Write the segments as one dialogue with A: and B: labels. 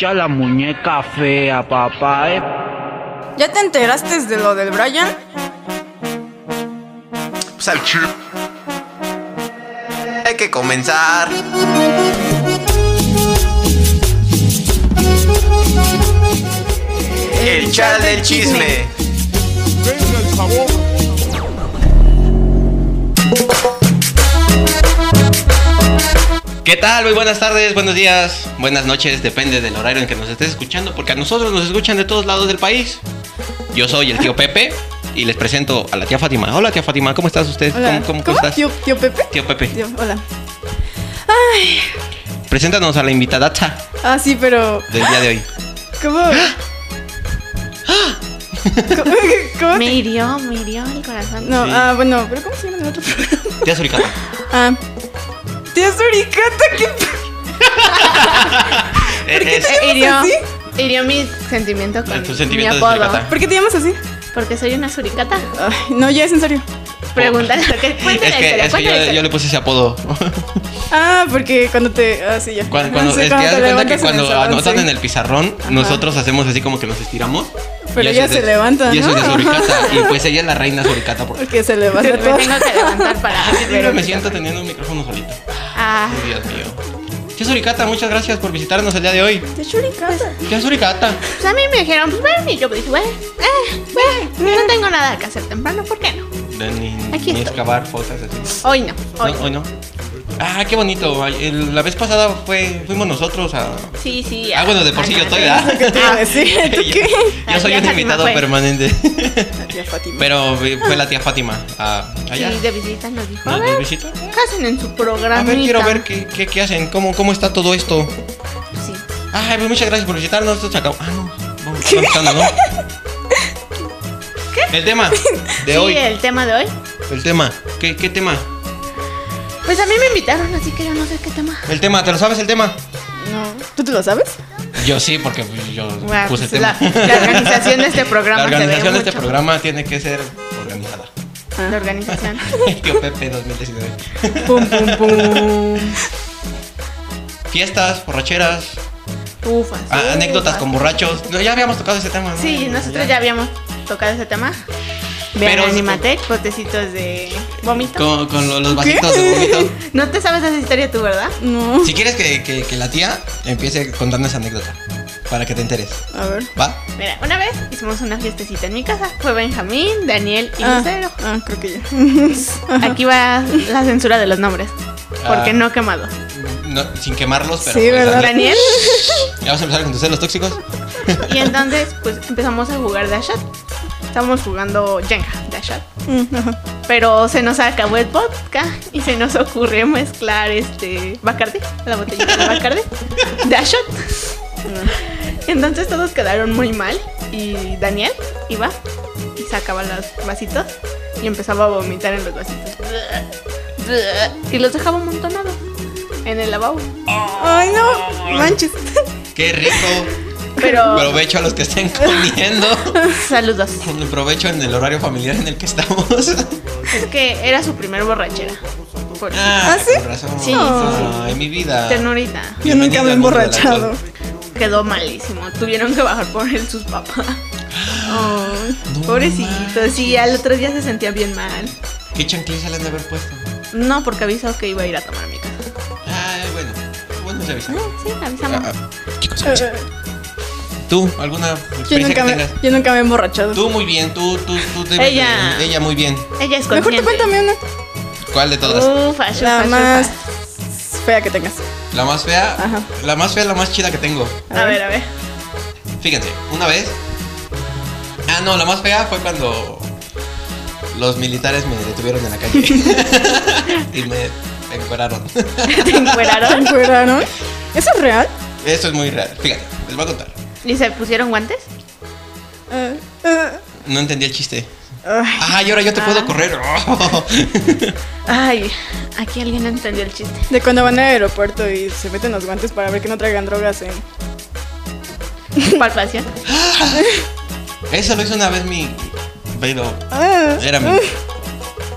A: ya la muñeca fea, papá, ¿eh?
B: ¿Ya te enteraste de lo del Brian?
C: Pues al chip. Hay que comenzar. El chat del chisme. ¿Qué tal? Muy buenas tardes, buenos días, buenas noches, depende del horario en que nos estés escuchando, porque a nosotros nos escuchan de todos lados del país. Yo soy el tío Pepe y les presento a la tía Fátima. Hola tía Fátima, ¿cómo estás usted?
B: Hola.
C: ¿Cómo, cómo, estás?
B: ¿Tío, tío Pepe?
C: Tío Pepe.
B: Tío, hola.
C: Preséntanos a la invitadacha
B: Ah, sí, pero.
C: del día de hoy.
B: ¿Cómo? ¿Cómo? cómo
D: Me
B: te-
D: hirió, me hirió el corazón.
B: No,
C: Sí.
B: ah, bueno, ¿pero cómo se llama el otro programa?
C: Tía Suricata.
B: Ah. Tía Suricata, ¿qué pe-
C: Es-
D: Eh, hirió,
B: así?
D: hirió mi sentimiento con
C: Tu sentimiento
D: mi
C: de
D: apodo.
C: suricata.
B: ¿Por qué te llamas así?
D: Porque soy una suricata.
B: Ay, no, ya es en serio.
D: Pregúntale lo que.
C: Oh. es
D: Cuéntale
C: que,
D: la historia,
C: es que
D: cuéntale la
C: yo,
D: historia.
C: yo le puse ese apodo.
B: Ah, porque cuando te. Ah, sí, ya.
C: Cuando,
B: Ah,
C: cuando-
B: sí,
C: es que haz
B: te
C: de cuenta que
B: levantas en el
C: cuando
B: salón,
C: anotan
B: sí.
C: en el pizarrón, nosotros hacemos así como que nos estiramos.
B: Pero
C: Y
B: ella
C: eso
B: se
C: es-
B: levanta,
C: Y eso es de
B: ¿no?
C: suricata. Y pues ella es la reina suricata. Porque
B: Porque se levanta
D: Me
B: todo.
D: tengo que levantar para.
C: Mira,
D: ver-
C: me siento teniendo un micrófono solito.
D: Ah,
C: Ay, Dios mío. Tía Suricata, muchas gracias por visitarnos el día de hoy.
B: Tía Suricata.
C: Tía Suricata.
D: pues a mí me dijeron, pues ven, y yo dije, bueno, eh, bueno, no tengo nada que hacer temprano, ¿por qué no?
C: De ni,
D: Aquí
C: ni
D: estoy.
C: excavar fosas así.
D: Hoy no, hoy.
C: No, hoy no. Ah, qué bonito. Ay, el- La vez pasada fue, fuimos nosotros a.
D: Sí, sí.
C: Ah, bueno, de por sí yo
D: ajá.
C: estoy, ¿verdad?
B: Te iba a decir, ¿tú qué?
C: Yo, yo soy
D: La tía
C: un
D: Fátima
C: invitado
D: fue.
C: permanente.
B: Tía Fátima.
C: Pero fue la tía Fátima. a- ah, allá.
D: Sí, de visita nos dijo, a
C: ¿Nos, nos
D: ver,
C: visitó?
D: ¿qué hacen en su programa?
C: A ver, quiero ver qué, qué, qué hacen, cómo, cómo está todo esto.
D: Sí.
C: Ay, pues muchas gracias por visitarnos. Esto se acabó. Ah, no. Vamos, vamos empezando, ¿no? El tema de
D: Sí,
C: hoy.
D: el tema de hoy.
C: El tema. ¿Qué, ¿Qué tema?
D: Pues a mí me invitaron, así que yo no sé qué tema.
C: El tema, ¿te lo sabes el tema?
B: No. ¿Tú te lo sabes?
C: Yo sí, porque pues, yo
D: Bueno,
C: puse el
D: pues,
C: tema.
D: la, la organización de este programa
C: La organización de este
D: se ve mucho.
C: programa tiene que ser organizada.
D: La organización.
C: El tío Pepe 2019.
B: Pum, pum, pum.
C: Fiestas, borracheras,
D: Ufas.
C: a-
D: ufas.
C: Ah, anécdotas con borrachos. No, ya habíamos tocado ese tema. ¿no?
D: Sí, nosotros ya habíamos tocado ese tema. Vean
C: Pero-
D: Animatec, potecitos de vómito.
C: Con, con lo- los vasitos de vómito.
D: No te sabes esa historia tú, ¿verdad?
B: No.
C: Si quieres que, que- que la tía empiece contando esa anécdota, para que te enteres.
B: A ver.
C: ¿Va?
D: Mira, una vez hicimos una fiestecita en mi casa. Fue Benjamín, Daniel y
B: Ah,
D: Lucero.
B: Ah, creo que ya.
D: Aquí va la censura de los nombres. Porque
C: Ah.
D: no quemados.
C: No, sin quemarlos, pero.
B: Sí, ¿verdad?
C: ande-
D: Daniel.
C: ¿Ya vas a empezar con tus celos tóxicos?
D: Y entonces, pues empezamos a jugar Dashat. Estamos jugando Jenga, Dashat.
B: Mm, ajá.
D: Pero se nos acabó el vodka y se nos ocurrió mezclar este Bacardi, la botellita de Bacardi, Dashot. Entonces todos quedaron muy mal y Daniel iba y sacaba los vasitos y empezaba a vomitar en los vasitos. Y los dejaba amontonados en el lavabo.
B: Ay, no. Manches.
C: ¡Qué rico!
D: Pero
C: Provecho a los que estén comiendo.
D: saludos.
C: Provecho en el horario familiar en el que estamos.
D: Es que era su primer borrachera. Por
C: Ah,
B: ¿Ah, sí?
C: con razón.
D: Sí, sí, sí.
C: Ay, mi vida.
D: ternurita.
B: Yo nunca me he emborrachado.
D: Quedó malísimo. Tuvieron que bajar por él sus papás.
B: Ay.
C: No
D: Pobrecito, sí, al otro día se sentía bien mal.
C: ¿Qué chancliza le han de haber puesto?
D: No, porque avisó que iba a ir a tomar a mi casa.
C: Ay, Ah, bueno. Bueno, se avisa.
D: Sí, avisamos.
C: ah, Chicos,
B: Eh,
C: ¿Tú alguna
B: Yo
C: experiencia
B: nunca,
C: que
B: me,
C: tengas?
B: yo nunca me he emborrachado.
C: Tú muy bien, tú, tú, tú. debes de-
D: Ella.
C: Ella muy bien.
D: Ah, Ella es
B: Mejor
D: consciente.
B: te cuéntame una.
C: ¿Cuál de todas?
D: Ufa, chufa,
B: La
D: chufa.
B: más fea que tengas.
C: La más fea.
B: Uh. Ajá.
C: La más fea, la más chida que tengo.
D: A ver, a ver.
C: Fíjense, una vez. Ah, no, la más fea fue cuando los militares me detuvieron en la calle. y me encueraron.
D: ¿Te
B: ¿Te
D: encueraron?
B: encueraron? ¿Eso es real?
C: Esto es muy real. Fíjate, les voy a contar.
D: ¿Y se pusieron guantes?
B: Eh, eh,
C: No entendí el chiste.
B: ay.
C: Ah, y ahora yo te puedo correr.
D: Ay, aquí alguien no entendió el chiste.
B: De cuando van al aeropuerto y se meten los guantes para ver que no traigan drogas en.
D: Palpación.
C: Eso lo hizo una vez mi. Pero
B: Ah,
C: era mi.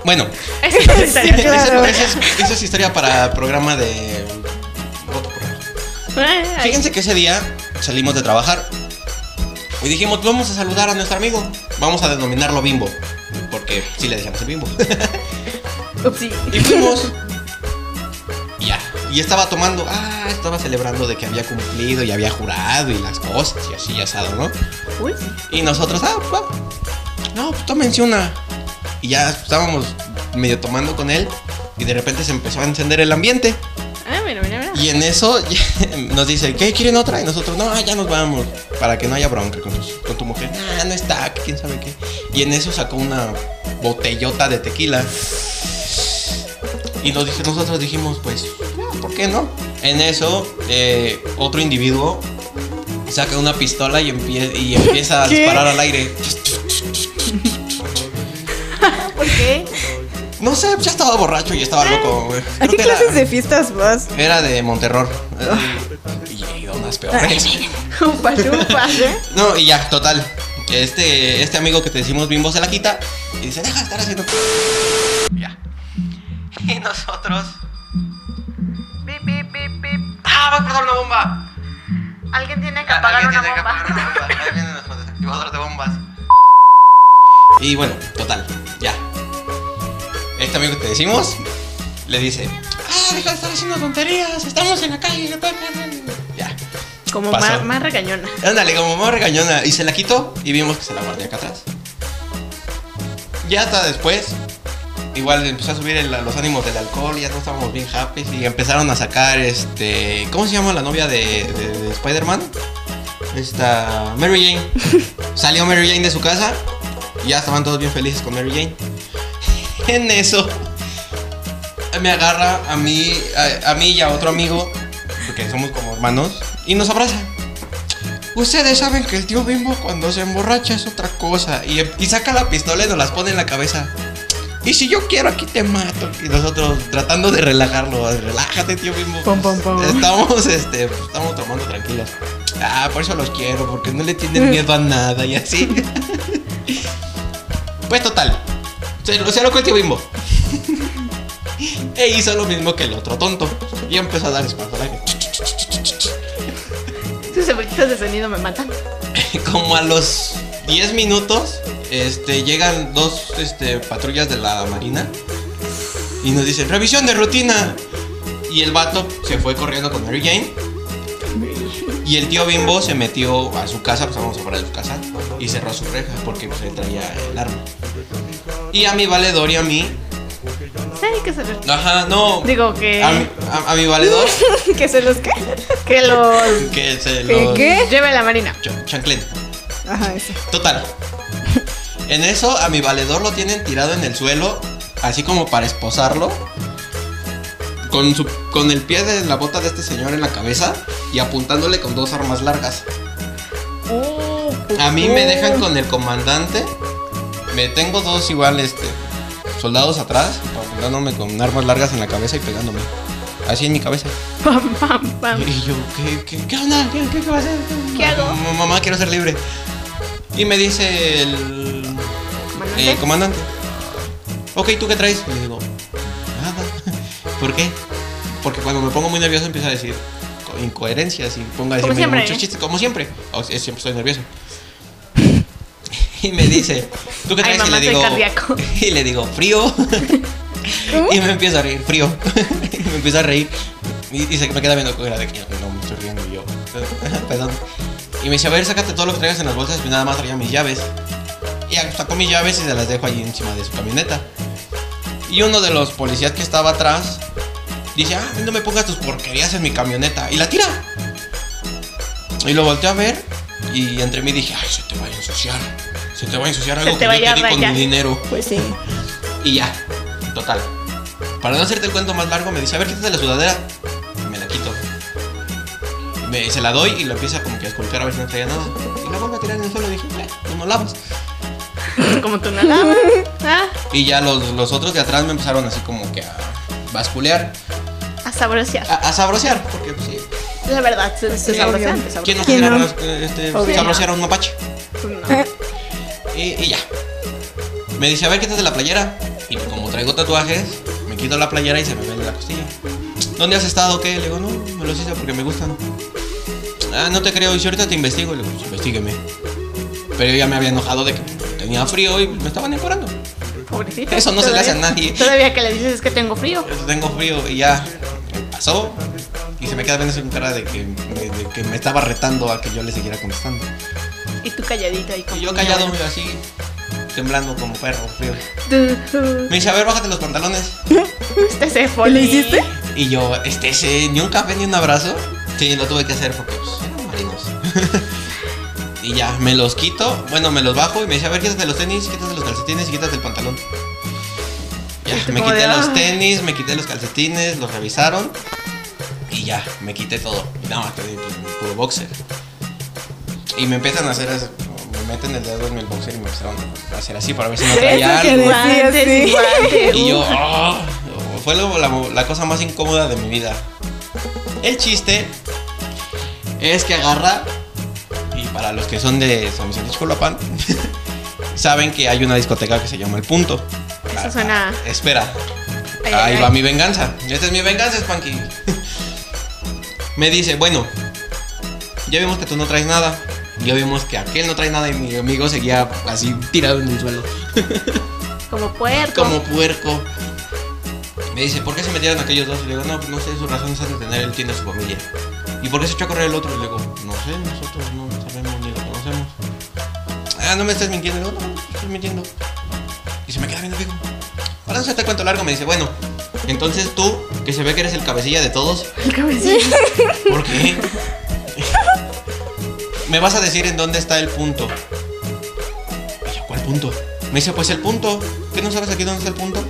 C: Bueno,
D: Eso es una historia.
B: Sí.
C: esa,
B: Claro.
C: esa es, esa es historia para programa de. otro programa.
D: Ay, ay.
C: Fíjense que ese día salimos de trabajar. Y dijimos, vamos a saludar a nuestro amigo. Vamos a denominarlo Bimbo. Porque sí le decíamos el Bimbo.
D: Upsi.
C: Y fuimos. Y ya. Y estaba tomando. Ah, estaba celebrando de que había cumplido y había jurado y las cosas y así y asado, ¿no?
D: Uy.
C: Y nosotros, ah, va. No, pues tómense una. Y ya estábamos medio tomando con él. Y de repente se empezó a encender el ambiente.
D: Ah, mira, mira, mira.
C: Y en eso nos dice, ¿qué quieren otra? Y nosotros, no, ya nos vamos. Para que no haya bronca con, tus- con tu mujer. Ah, no está, que quién sabe qué. Y en eso sacó una botellota de tequila. Y nos dije, nosotros dijimos, pues, ah, ¿por qué no? En eso, eh, otro individuo saca una pistola y, empie- y empieza a
B: ¿Qué?
C: disparar al aire.
D: ¿Por qué?
C: No sé, ya estaba borracho y estaba loco, güey.
B: ¿A
C: Creo
B: qué
C: que era-
B: clases de fiestas vas?
C: Era de Monterror. Y unas peores.
D: Upas, upas, ¿eh?
C: No, y ya, total. Este, este amigo que te decimos bimbo se la quita y dice, deja de estar haciendo. Ya. Y nosotros. Pip, pip, pip, pip. ¡Ah! Va a explotar una bomba.
D: Alguien tiene que
C: Ah,
D: apagar una
C: Alguien tiene que
D: bomba.
C: apagar una bomba. Ahí vienen nuestros desactivadores de bombas. Y bueno, total, ya. Este amigo que te decimos le dice: Ah, deja de estar haciendo tonterías. Estamos en la calle. Ya.
D: Como
C: Pasó.
D: más, más regañona.
C: Ándale, como mamá regañona. Y se la quitó y vimos que se la guardé acá atrás. Ya hasta después, igual empezó a subir el- los ánimos del alcohol, ya no estábamos bien happy y empezaron a sacar este... ¿Cómo se llama la novia de, de- de Spider-Man? Esta... Mary Jane. Salió Mary Jane de su casa y ya estaban todos bien felices con Mary Jane. En eso me agarra a mí, a- a mí y a otro amigo, porque somos como hermanos, y nos abraza. Ustedes Pues saben que el tío Bimbo cuando se emborracha es otra cosa. Y, y saca la pistola y nos las pone en la cabeza. Y si yo quiero, aquí te mato. Y nosotros tratando de relajarlo. Relájate, tío Bimbo.
B: Pom, pom, pom.
C: Estamos, este, pues, estamos tomando tranquilos. Ah, por eso los quiero, porque no le tienen miedo a nada y así. pues total. Se, lo- se loco el tío Bimbo. e hizo lo mismo que el otro tonto. Y empezó a dar espalda al aire.
D: Sus efectos de sonido me matan.
C: como a los 10 minutos, este, llegan dos este, patrullas de la marina y nos dicen, revisión de rutina. Y el vato se fue corriendo con Mary Jane. Y el tío Bimbo se metió a su casa, pues vamos a hablar de su casa, y cerró su reja porque pues, él traía el arma. Y a mi valedor y a mí,
D: Sí, hay que saber.
C: ajá, no,
D: Digo que.
C: a, mi- a- a mi valedor,
B: ¿Que se los qué?
D: Que los.
C: que se
B: ¿Qué,
C: lo.
B: qué?
D: Lleve la marina.
C: Ch- chancleta.
B: Ajá, ese.
C: Total. En eso a mi valedor lo tienen tirado en el suelo, así como para esposarlo. Con, su, con el pie de la bota de este señor en la cabeza y apuntándole con dos armas largas. A mí me dejan con el comandante. Me tengo dos igual este, soldados atrás, apuntándome con armas largas en la cabeza y pegándome. Así en mi cabeza.
D: Pam, pam, pam.
C: Y yo, ¿qué, qué, qué onda? ¿Qué, qué, qué va a hacer?
D: Ah. ¿Qué hago?
C: Ma- Mamá, quiero ser libre. Y me dice el
D: Comandante.
C: eh, comandante. Ok, ¿tú qué traes? Y le digo, nada. ¿Por qué? Porque cuando me pongo muy nervioso empiezo a decir co- incoherencias y pongo a
D: Como
C: decirme
D: siempre. ¿eh?
C: muchos chistes, como siempre. O sea, siempre estoy nervioso. Y me dice, ¿tú qué
D: Ay,
C: traes?
D: mamá,
C: y le
D: soy
C: digo,
D: cardíaco.
C: y le digo, frío. Y me empiezo a reír, frío. Y me empiezo a reír. Y, y se me queda viendo con cara de que no me estoy riendo yo. Perdón. Y me dice, a ver, sácate todo lo que traigas en las bolsas. Y nada más traía mis llaves. Y sacó mis llaves y se las dejo allí encima de su camioneta. Y uno de los policías que estaba atrás dice, ah, no me pongas tus porquerías en mi camioneta. Y la tira. Y lo volteé a ver. Y entre mí dije, ay, se te va a ensuciar. Se te va a ensuciar algo
D: te
C: que yo
D: vaya a
C: te di con mi
D: rayar".
C: dinero.
B: Pues sí.
C: Y ya, total. Para no hacerte el cuento más largo, me dice, a ver, quítate la sudadera. Y me la quito. Y Me, se la doy y la empieza como que a esculcar a ver si no traía nada. Y la vuelvo a tirar en el suelo y dije, "Eh, tú no lavas.
D: Como tú nada. Ah,
C: Y ya los, los otros de atrás me empezaron así como que a basculear,
D: a sabrosear.
C: a, a sabrosear, porque pues, sí.
D: La verdad, se, se
B: Sí,
D: sabrosean.
B: obvio.
D: se
C: ¿Quién
B: ¿Quién
C: no
D: sabrosean.
C: quisiera
B: no?
C: eh, este,
B: Obvio.
C: sabrosear a un mapache?
D: No.
C: Y, y ya. Me dice, a ver, quítate la playera. Y como traigo tatuajes, me quito la playera y se me ve la costilla. ¿Dónde has estado? ¿Qué? Le digo, no, me los hice porque me gustan. Ah, no te creo. Y si ahorita te investigo, le digo, "Pues, investígueme. Pero yo ya me había enojado de que tenía frío y me estaban encorando.
D: Pobrecito.
C: Eso no se le hace a nadie.
D: Todavía que le dices es que tengo frío.
C: Yo tengo frío y ya pasó. Y se me queda viendo su cara de que, me, de que me estaba retando a que yo le siguiera contestando.
D: Y tú calladito ahí como
C: Y yo
D: niño.
C: callado, así, temblando como perro frío.
D: Tú, tú,
C: Me dice, a ver, bájate los pantalones.
D: Este se fue.
B: ¿Y lo hiciste?
C: Y yo, este, ese, ni un café ni un abrazo. Sí, lo tuve que hacer porque pues, eran marinos. y ya, me los quito. Bueno, me los bajo y me dice, a ver, quítate los tenis, quítate los calcetines y quítate el pantalón. Ya,
D: Y tú
C: me
D: como de,
C: quité
D: "Ah".
C: los tenis, me quité los calcetines, los revisaron. Y ya, me quité todo. Y nada más, tenía mi puro boxer. Y me empiezan a hacer así, me meten el dedo en el boxer y me empezaron a hacer así para ver si no
B: Eso
C: traía
B: que
C: algo.
B: decía,
D: Guantes y
B: sí.
D: guantes.
C: Y yo,
D: Uf.
C: "Ah". fue lo- la, la cosa más incómoda de mi vida. El chiste es que agarra, y para los que son de San Vicente Chicolapan, saben que hay una discoteca que se llama El Punto. Ah,
D: Eso suena-
C: Espera,
D: Ay,
C: ahí
D: ay,
C: va
D: ay.
C: mi venganza. Esta es mi venganza, Spanky. Me dice, bueno, ya vimos que tú no traes nada. Ya vimos que aquel no trae nada y mi amigo seguía así tirado en el suelo
D: Como puerco.
C: como puerco. Me dice, ¿por qué se metieron aquellos dos? Le digo, no, pues no sé, sus razones han de tener, él tiene su familia. ¿Y por qué se echó a correr el otro? Le digo, no sé, nosotros no sabemos ni lo conocemos. Ah, no me estás mintiendo. Le digo, no, no te estoy mintiendo. Y se me queda viendo, digo, para no te cuento largo, me dice, bueno, entonces tú, que se ve que eres el cabecilla de todos,
D: El cabecillo.
C: ¿por qué? me vas a decir en dónde está el punto. Y yo, ¿cuál punto? Me dice, pues el punto. ¿Qué no sabes aquí dónde está el punto?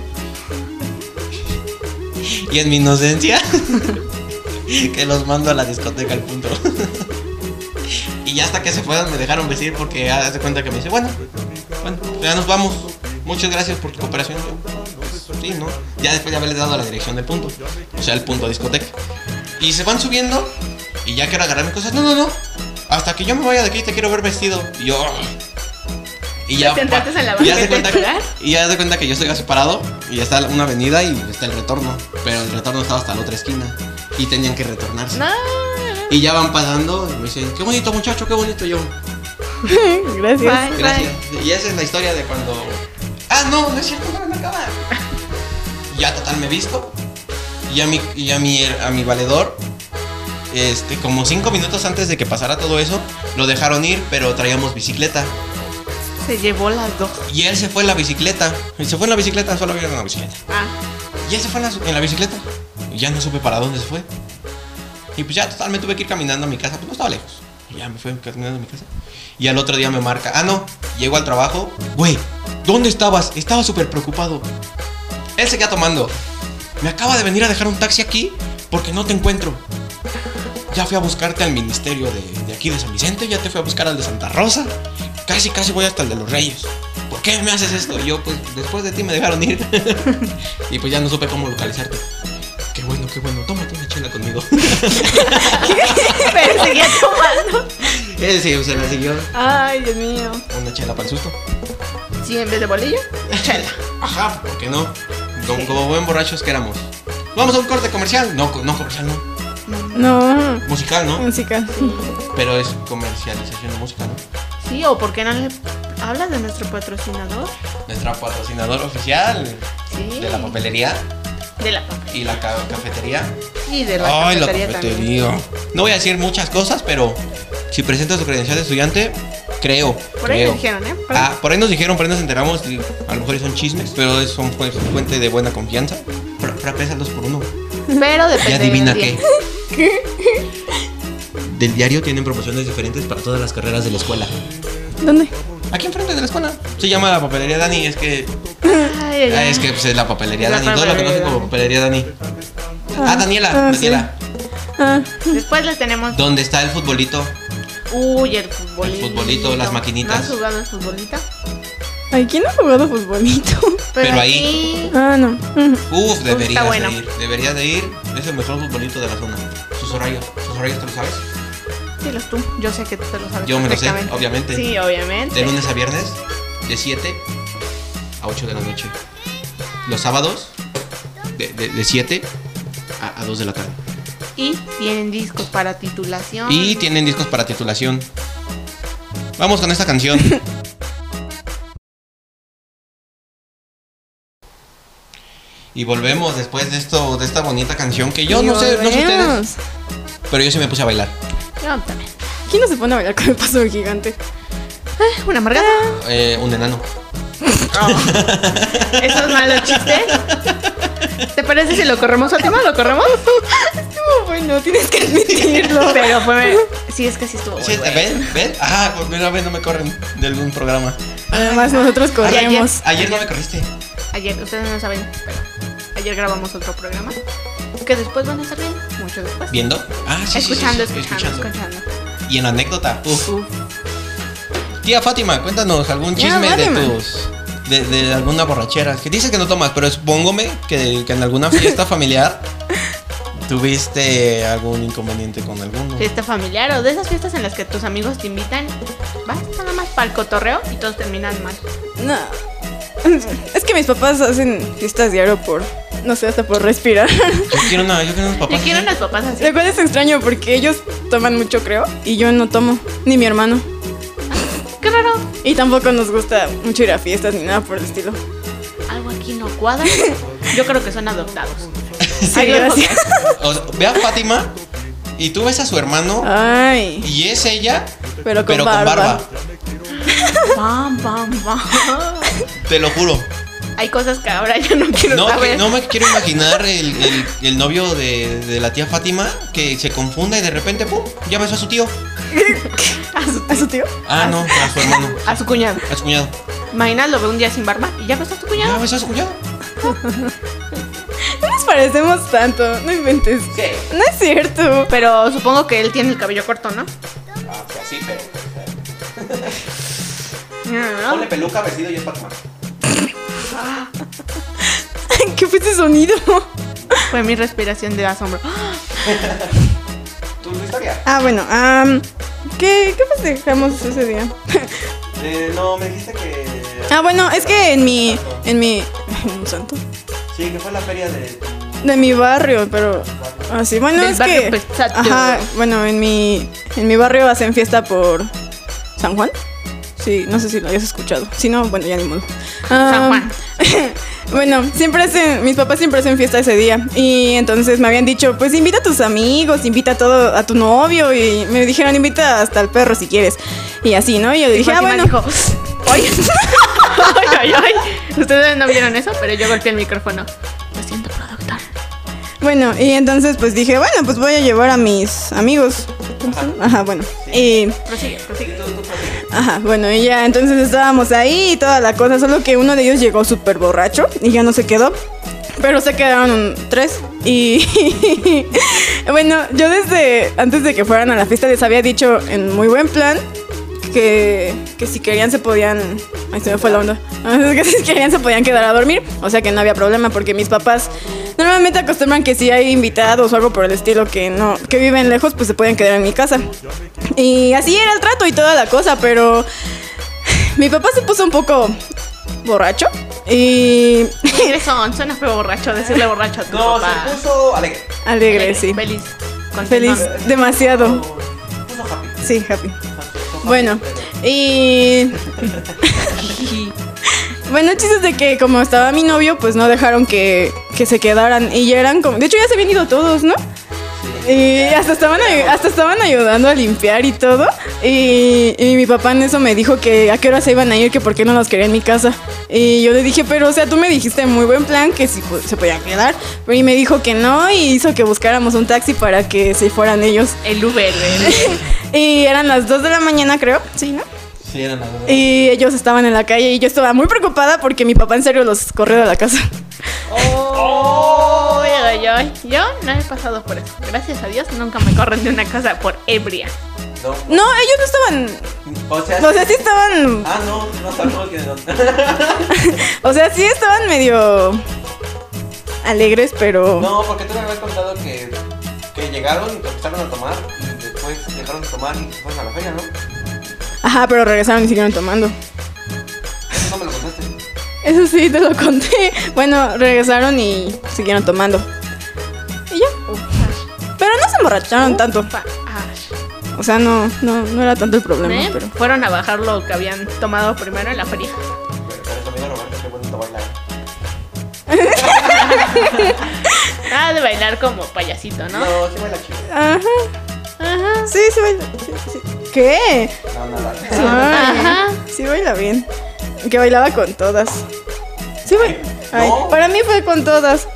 C: Y en mi inocencia, que los mando a la discoteca al punto. y ya hasta que se fueron me dejaron vestir porque ya se cuenta que me dice, bueno, bueno, ya nos vamos. Muchas gracias por tu cooperación. Yo, pues, sí, ¿no? Ya después de haberles dado la dirección del punto. O sea, el punto discoteca. Y se van subiendo y ya quiero agarrar mis cosas. No, no, no. Hasta que yo me vaya de aquí te quiero ver vestido. Y yo... Y ya...
D: Te sentaste
C: pa-
D: en la
C: y ya se
D: banqueta
C: cuenta
D: a
C: que-
D: esperar.
C: y ya de cuenta que yo estoy separado y está una avenida y está el retorno. Pero el retorno estaba hasta la otra esquina. Y tenían que retornarse.
D: No.
C: Y ya van pasando y me dicen, qué bonito muchacho, qué bonito Y yo.
B: Gracias.
D: Bye,
C: Gracias.
D: bye.
C: Y esa es la historia de cuando. Ah, no, no es cierto, no, no acaba. Ya total me he visto. Y a mi, y a mi, a mi valedor. Este, como cinco minutos antes de que pasara todo eso, lo dejaron ir, pero traíamos bicicleta.
D: Se llevó las dos.
C: Y él se fue en la bicicleta. Y se fue en la bicicleta, solo vieron en la bicicleta.
D: Ah,
C: Y él se fue en la, en la bicicleta. Y ya no supe para dónde se fue. Y pues ya total me tuve que ir caminando a mi casa, pues no estaba lejos. Y ya me fui caminando a mi casa. Y al otro día me marca, ah no, llego al trabajo. Güey, ¿dónde estabas? Estaba súper preocupado. Él se queda tomando. Me acaba de venir a dejar un taxi aquí porque no te encuentro. Ya fui a buscarte al ministerio de, de aquí de San Vicente, ya te fui a buscar al de Santa Rosa. Casi, casi voy hasta el de los Reyes. ¿Por qué me haces esto? Y yo, pues después de ti me dejaron ir. y pues ya no supe cómo localizarte. Qué bueno, qué bueno. Tómate una chela conmigo.
D: pero seguía tomando.
C: Él sí, se la siguió.
D: Ay, Dios mío.
C: Una chela para el susto.
D: Sí, en vez de bolillo, chela.
C: Ajá, ¿por qué no? Como, como buen borrachos que éramos. Vamos a un corte comercial. No, co- no comercial, no.
B: No,
C: Musical,
D: Mm.
C: ¿no?
B: música.
C: Pero es comercialización de música, ¿no?
D: Sí, o por qué no le hablas de nuestro patrocinador.
C: Nuestra patrocinador oficial
D: Sí.
C: de la papelería
D: De la papel.
C: y la ca- cafetería.
D: Y de la cafetería también.
C: No voy a decir muchas cosas, pero si presenta su credencial de estudiante, creo.
D: Por ahí
C: creo.
D: me dijeron, ¿eh? Por ahí.
C: Ah, por ahí nos dijeron, por ahí nos enteramos, y a lo mejor son chismes, pero es- son pues, fuente de buena confianza. Fra- Frappés al dos por uno.
D: Pero depende.
C: Y adivina
D: del
C: qué.
D: día.
C: Del diario tienen promociones diferentes para todas las carreras de la escuela.
B: ¿Dónde?
C: Aquí enfrente de la escuela. Se llama la papelería Dani, es que
D: Ay, ay,
C: ah,
D: ay.
C: es que pues, es la papelería
D: La
C: Dani, todos la conocen
D: papelería
C: como
D: Dani.
C: papelería Dani. Ah, Daniela,
B: ah, sí.
C: Daniela.
B: Ah,
D: Después les tenemos.
C: ¿Dónde está el futbolito?
D: Uy, el futbolito.
C: El futbolito, las maquinitas.
D: ¿No has jugado al futbolito?
B: ay, ¿quién ha jugado futbolito?
C: Pero ahí.
D: aquí-
B: Ah, no. Ujú.
C: Uf, deberías
D: bueno.
C: de ir. Deberías de ir. Es el mejor futbolito de la zona. Sus horarios, sus horarios te lo sabes.
D: Dilos tú. Yo sé que tú te lo sabes.
C: Yo me lo sé,
D: perfectamente.
C: obviamente.
D: Sí, obviamente.
C: De lunes a viernes, de 7 a 8 de la noche. Los sábados, de, de, de 7 a, a 2 de la tarde.
D: y tienen discos para titulación.
C: Y tienen discos para titulación. Vamos con esta canción. y volvemos después de esto, de esta bonita canción que yo no sé, no sé ustedes,
B: Dios.
C: pero yo sí me puse a bailar.
D: Yo también.
B: ¿Quién no se pone a bailar con el paso del gigante?
D: Ah, Una amargada.
C: Eh, un enano.
D: Eso es malo chiste. ¿Te parece si lo corremos, Fátima? ¿Lo corremos?
B: Estuvo Oh, bueno, tienes que admitirlo.
D: Pero fue... Sí, es que sí estuvo muy
C: Sí,
D: bueno.
C: ¿Ven? ¿Ven? Ah, por primera vez no me corren de algún programa.
B: Además, nosotros corremos.
C: Ayer no me corriste.
D: Ayer, ustedes no saben, pero ayer grabamos otro programa. Que después van a estar viendo, mucho después.
C: ¿Viendo? Ah, sí, sí, sí,
D: escuchando,
C: sí,
D: escuchando, escuchando,
C: Y en la anécdota, uf.
D: Uf.
C: Tía Fátima, cuéntanos algún
B: Tía
C: chisme de
B: Fátima.
C: tus. De, de alguna borrachera. Que dice que no tomas, pero supóngome que, que en alguna fiesta familiar tuviste algún inconveniente con alguno.
D: Fiesta familiar o de esas fiestas en las que tus amigos te invitan, vas nada más para el cotorreo y todos terminan mal.
B: No. Es que mis papás hacen fiestas diario por, no sé, hasta por respirar.
C: Yo quiero una, yo quiero unos papás.
D: Yo
C: así.
D: quiero
C: Eh.
D: unas papás así.
B: Lo cual es extraño porque ellos toman mucho, creo, y yo no tomo, ni mi hermano.
D: Qué raro.
B: Y tampoco nos gusta mucho ir a fiestas ni nada por el estilo.
D: Algo aquí no cuadra. Yo creo que son adoptados.
B: Sí, gracias.
C: O sea, ve a Fátima y tú ves a su hermano
D: Ah.
B: Ay,
C: y es ella,
B: pero con
C: pero con
B: barba.
C: barba.
D: Pam, pam, pam.
C: Te lo juro.
D: Hay cosas que ahora ya no quiero
C: No,
D: saber.
C: que- no me quiero imaginar el, el- el novio de, de la tía Fátima que se confunda y de repente, ¡pum! Ya besó a su tío.
D: A, su,
B: ¿A su tío?
C: Ah, no, a su hermano.
D: a su cuñado.
C: A su cuñado.
D: Maina lo ve un día sin barba y ya besó a tu
C: Ya
D: cuñado.
C: besó a su cuñado.
B: No nos parecemos tanto, no inventes. No es cierto.
D: Pero supongo que él tiene el cabello corto, ¿no?
C: Sí, pero.
D: No, no.
C: peluca, vestido y es Fátima.
B: ¿Qué fue ese sonido?
D: Fue mi respiración de asombro. ¡Ah!
C: ¿Tu historia?
B: Ah, bueno, am, ¿qué, ¿qué festejamos ese día?
C: Eh, no, me dijiste que.
B: Ah, bueno, es que en mi. En mi. En un santo.
C: Sí, que fue la feria de.
B: De mi barrio, pero. Así, bueno,
D: Del
B: es
D: barrio
B: que.
D: pesado.
B: Ajá, bueno, en mi. En mi barrio hacen fiesta por. ¿San Juan? Sí, no sé si lo hayas escuchado. Si no, bueno, ya ni modo.
D: San
B: Ah,
D: Juan.
B: bueno, siempre hacen. Mis papás siempre hacen fiesta ese día. Y entonces me habían dicho, pues invita a tus amigos, invita a todo. A tu novio. Y me dijeron, invita hasta al perro si quieres. Y así, ¿no? Y yo dije, ah,
D: Fátima
B: bueno.
D: dijo, ¡Ay! ¡Ay, ay, ay! Ustedes no vieron eso, pero yo golpeé el micrófono. Lo siento, productor.
B: Bueno, y entonces pues dije, bueno, pues voy a llevar a mis amigos. Ajá, bueno. Y,
D: Prosigue, prosigue.
B: ajá, bueno, y ya entonces estábamos ahí y toda la cosa, solo que uno de ellos llegó súper borracho y ya no se quedó. Pero se quedaron tres y... bueno, yo desde antes de que fueran a la fiesta les había dicho en muy buen plan que, que si querían se podían... Ay, se me fue la onda. que si querían se podían quedar a dormir. O sea que no había problema porque mis papás normalmente acostumbran que si hay invitados o algo por el estilo que no que viven lejos, pues se pueden quedar en mi casa. Y así era el trato y toda la cosa, pero mi papá se puso un poco borracho y
D: Son, suena feo borracho, decirle borracho a tu
C: No,
D: papá.
C: se puso alegre.
B: alegre, sí.
D: Feliz. Con
B: Feliz,
D: tu nombre.
B: demasiado.
C: Puso happy.
B: Sí, happy. Bueno, y Bueno, el chiste es de que como estaba mi novio, pues no dejaron que, que se quedaran. Y ya eran como... De hecho, ya se habían ido todos, ¿no? Y hasta estaban, ayu- hasta estaban ayudando a limpiar y todo. Y, y mi papá en eso me dijo que a qué hora se iban a ir, que por qué no los quería en mi casa. Y yo le dije, pero o sea, tú me dijiste en muy buen plan que si po- se podían quedar. Pero y me dijo que no y hizo que buscáramos un taxi para que se fueran ellos.
D: El Uber. el-
B: Y eran las 2 de la mañana, creo. Sí, ¿no?
C: Sí, eran las dos.
B: Y ellos estaban en la calle y yo estaba muy preocupada porque mi papá en serio los corrió de la casa.
D: Oh, ay, ay, ay. Yo no he pasado por eso. Gracias a Dios nunca me corren de una casa por ebria.
B: No, ellos no estaban.
C: O sea.
B: O sea, sí estaban.
C: Ah, no, no sabemos quiénes son.
B: O sea, sí estaban medio. alegres, pero.
C: No, porque tú me habías contado que, que llegaron y que empezaron a tomar y después dejaron de tomar y se fueron a la feria, ¿no?
B: Ajá, pero regresaron y siguieron tomando.
C: Eso no me lo contaste.
B: Eso sí, te lo conté. Bueno, regresaron y siguieron tomando. Y ya. Pero no se emborracharon tanto.
D: Pa- ah,
B: O sea, no, no, no era tanto el problema,
D: ¿eh?
B: pero.
D: Fueron a bajar lo que habían tomado primero en la feria. Ah, de bailar como payasito, ¿no?
B: Ajá.
D: Ajá.
B: Sí, sí baila. sí, sí. ¿Qué? Ay,
D: Ajá.
B: Sí baila bien. Que bailaba con todas. Sí, baila. Ay, para mí fue con todas.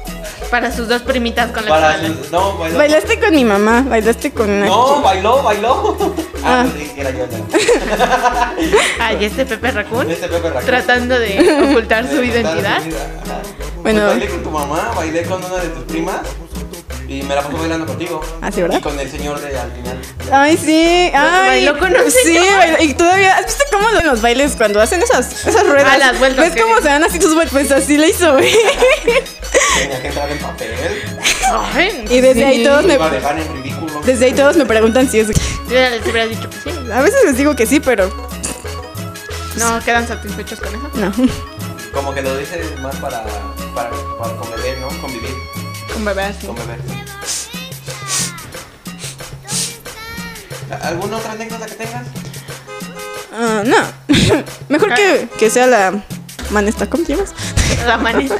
D: Para sus dos primitas con las que
E: Para
D: bailan.
E: su- no, bailó.
B: Bailaste con mi mamá, bailaste con una.
E: No, bailó, bailó.
B: Ah.
E: Ah, no, sí, era yo. era yo.
D: Ay, este Pepe Raccoon
E: Este Pepe Raquel.
D: tratando de ocultar
E: De
D: su
E: contar
D: identidad.
E: su vida, ajá.
B: Bueno.
E: Pues bailé con tu mamá, bailé con una de tus primas y me la pasé bailando contigo.
B: Ah, ¿sí, verdad?
E: Y con el señor de al final.
B: Ay, sí. Ay,
D: Bailó con un
B: Sí,
D: señor.
B: bailó- y todavía. ¿Has visto cómo lo- los bailes cuando hacen esas, esas ruedas?
D: Ah, las vueltas
B: ¿Ves
D: que
B: cómo
D: dicen.
B: se dan así tus vueltas? Pues así le hizo, güey.
E: Tenía que entrar en papel.
D: Ay,
B: Y desde ahí todos me.
E: Iba a dejar en ridículo.
B: Desde ahí todos me preguntan si es.
D: Yo ya les hubiera dicho que sí.
B: A veces les digo que sí, pero
D: No, quedan satisfechos con eso.
B: no.
E: Como que lo dije más para, para, para convivir, ¿no? Convivir,
D: Con bebé así.
E: convivir. ¿Alguna otra anécdota que tengas?
B: Ah, no. Mejor que, que sea la manesta. ¿Cómo te llamas?
D: La manita.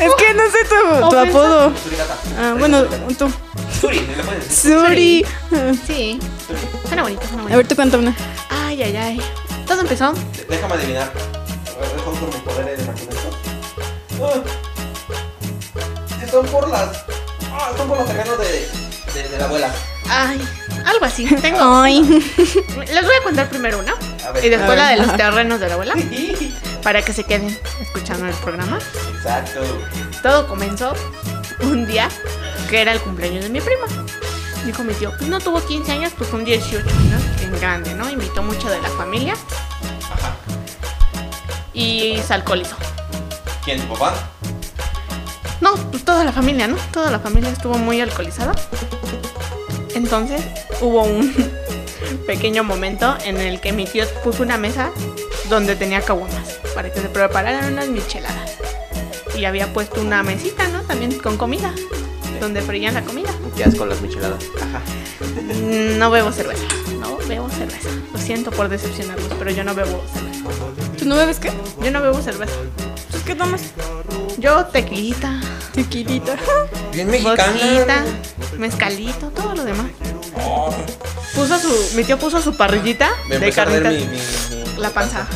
B: Es que no sé tu, tu
D: Ofensa.
B: apodo.
E: Surigata.
B: Ah, bueno, tú.
E: Suri, le puedes decir.
B: Suri. Ah,
D: sí. Suena bonito, suena
B: A
D: bonito.
B: ver, tú cuenta una.
D: Ay, ay, ay. Todo empezó.
E: Déjame adivinar. Dejo por mis poderes de maquinación. Ah, que son por las. Ah, son por los terrenos de, de, de la abuela.
D: Ay, algo así. Tengo.
B: Ay.
D: Les voy a contar primero una.
E: A ver.
D: Y después
B: A
D: la de
B: ver,
D: los
B: ajá.
D: terrenos de la abuela. Para que se queden escuchando el programa.
E: Exacto.
D: Todo comenzó un día que era el cumpleaños de mi prima. Dijo mi tío, pues no tuvo 15 años, pues un 18, ¿no? En grande, ¿no? Invitó mucho de la familia. Y se alcoholizó.
E: ¿Quién? ¿Tu papá?
D: No, pues toda la familia, ¿no? Toda la familia estuvo muy alcoholizada. Entonces hubo un pequeño momento en el que mi tío puso una mesa donde tenía caguamas para que se prepararan unas micheladas. Y había puesto una mesita, ¿no? También con comida, donde freían la comida.
E: Qué asco las micheladas.
D: No bebo cerveza, no bebo cerveza. Lo siento por decepcionarlos, pero yo no bebo cerveza.
B: ¿Tú no bebes qué?
D: Yo no bebo cerveza.
B: ¿Tú qué tomas?
D: Yo tequilita,
B: Tequilita.
E: Bien
D: Vodquita, mezcalito, todo lo demás. Puso su, mi tío puso su parrillita
E: Oh. Me
D: de
E: empezó a arder
D: carnitas.
E: mi, mi, mi-
D: La panza.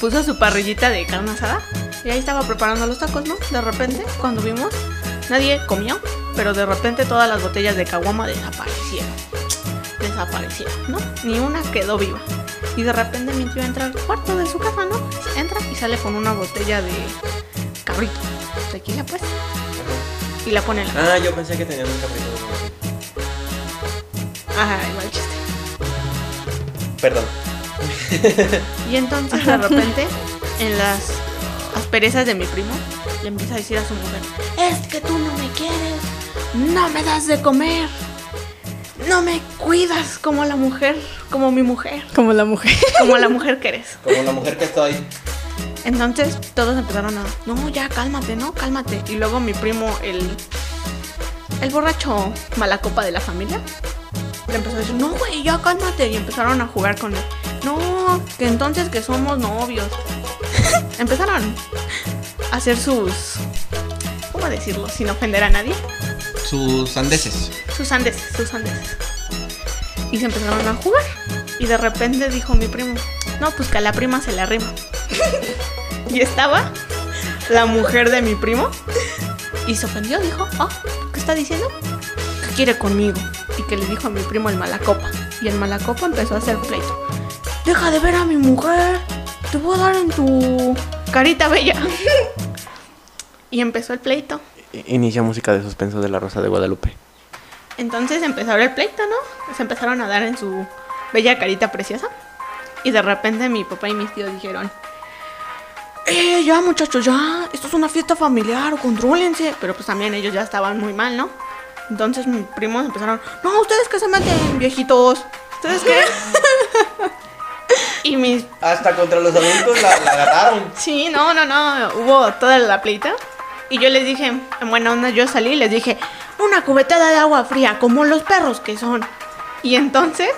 D: puso su parrillita de carne asada y ahí estaba preparando los tacos, ¿no? De repente, cuando vimos, nadie comió, pero de repente todas las botellas de caguama desaparecieron. Desaparecieron, ¿no? Ni una quedó viva. Y de repente mi tío entra al cuarto de su casa, ¿no? Entra y sale con una botella de cabrito. Tequila, pues. Y la pone en la
E: Ah, yo pensé que tenían un capricho.
D: Ajá, igual chiste.
E: Perdón.
D: Y entonces de repente, en las asperezas de mi primo, le empieza a decir a su mujer, es que tú no me quieres, no me das de comer, no me cuidas como la mujer, como mi mujer,
B: Como la mujer.
D: como la mujer que eres.
E: Como la mujer que estoy.
D: Entonces todos empezaron a, no, ya cálmate, no, cálmate. Y luego mi primo, el, el borracho mala copa de la familia, le empezó a decir, no, güey, ya cálmate. Y empezaron a jugar con él. No, que entonces que somos novios. empezaron a hacer sus, ¿cómo decirlo? Sin ofender a nadie.
C: Sus andeses.
D: Sus andeses, sus andeses. Y se empezaron a jugar. Y de repente dijo mi primo, no, pues que a la prima se la rima. y estaba la mujer de mi primo. Y se ofendió, dijo, oh, ¿qué está diciendo? Que quiere conmigo. Y que le dijo a mi primo el malacopa. Y el malacopa empezó a hacer pleito. Deja de ver a mi mujer. Te voy a dar en tu carita bella. y empezó el pleito.
E: Inicia música de suspenso de la Rosa de Guadalupe.
D: Entonces empezaron el pleito, ¿no? Se empezaron a dar en su bella carita preciosa. Y de repente mi papá y mis tíos dijeron: ¡Eh, ya muchachos, ya! Esto es una fiesta familiar, controlense. Pero pues también ellos ya estaban muy mal, ¿no? Entonces mis primos empezaron: ¡No, ustedes que se meten, viejitos! ¿Ustedes qué? y mis.
E: Hasta contra los adultos la, la agarraron.
D: Sí, no, no, no. Hubo toda la pleita. Y yo les dije: En buena onda, yo salí y les dije: "Mm, una cubetada de agua fría, como los perros que son. Y entonces,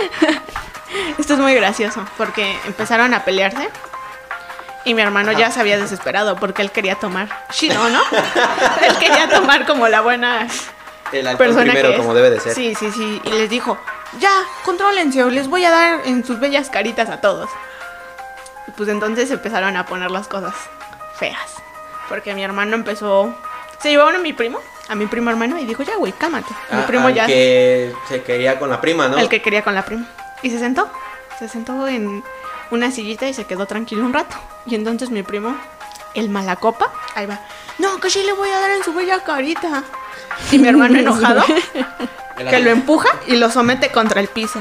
D: esto es muy gracioso, porque empezaron a pelearse. Y mi hermano ya se había desesperado porque él quería tomar. Chino, ¿no? él quería tomar como la buena
E: El alcohol
D: persona
E: primero,
D: que es.
E: como debe de ser.
D: Sí, sí, sí. Y les dijo, ya, contrólense o les voy a dar en sus bellas caritas a todos. Y pues entonces empezaron a poner las cosas feas. Porque mi hermano empezó... Se llevaron a mi primo, a mi primo hermano, y dijo, ya, güey, cámate. Mi
E: Ah,
D: primo
E: al
D: ya...
E: que se quería con la prima, ¿no?
D: El que quería con la prima. Y se sentó. Se sentó en una sillita y se quedó tranquilo un rato. Y entonces mi primo, el malacopa, ahí va. No, que sí le voy a dar en su bella carita. Y mi hermano enojado, que lo empuja y lo somete contra el piso.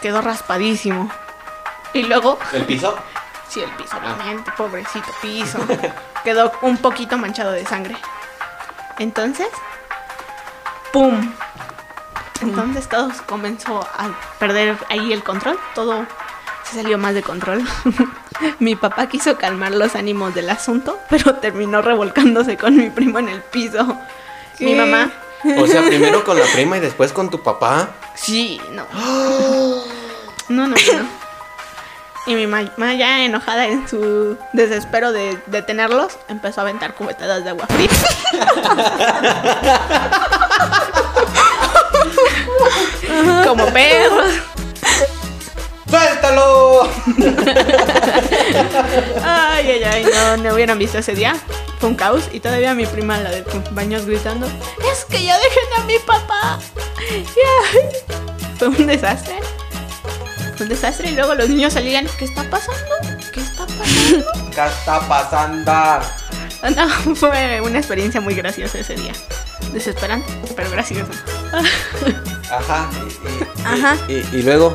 D: Quedó raspadísimo. Y luego,
E: ¿El piso? Ah.
D: sí, el piso, obviamente, pobrecito piso. Quedó un poquito manchado de sangre. Entonces, ¡pum!
E: Mm.
D: Entonces todos comenzó a perder ahí el control, todo se salió más de control. mi papá quiso calmar los ánimos del asunto, pero terminó revolcándose con mi primo en el piso. Mi
B: ¿Qué?
D: mamá,
E: O sea, primero con la prima y después con tu papá.
D: sí, no. no, no, no. Y mi mamá ya enojada en su desespero de detenerlos, empezó a aventar cubetadas de agua fría. Como perros.
E: ¡Suéltalo!
D: Ay, ay, ay, no, no hubieran visto ese día. Fue un caos y todavía mi prima, la del cumpleaños, gritando, es que ya dejen a mi papá. Ya. Fue un desastre. Fue un desastre y luego los niños salían, ¿qué está pasando? ¿Qué está pasando?
E: ¿Qué está pasando?
D: Ah, No, fue una experiencia muy graciosa ese día. Desesperante, pero graciosa.
E: Ajá. y- y-
B: Ajá.
E: Y, y luego,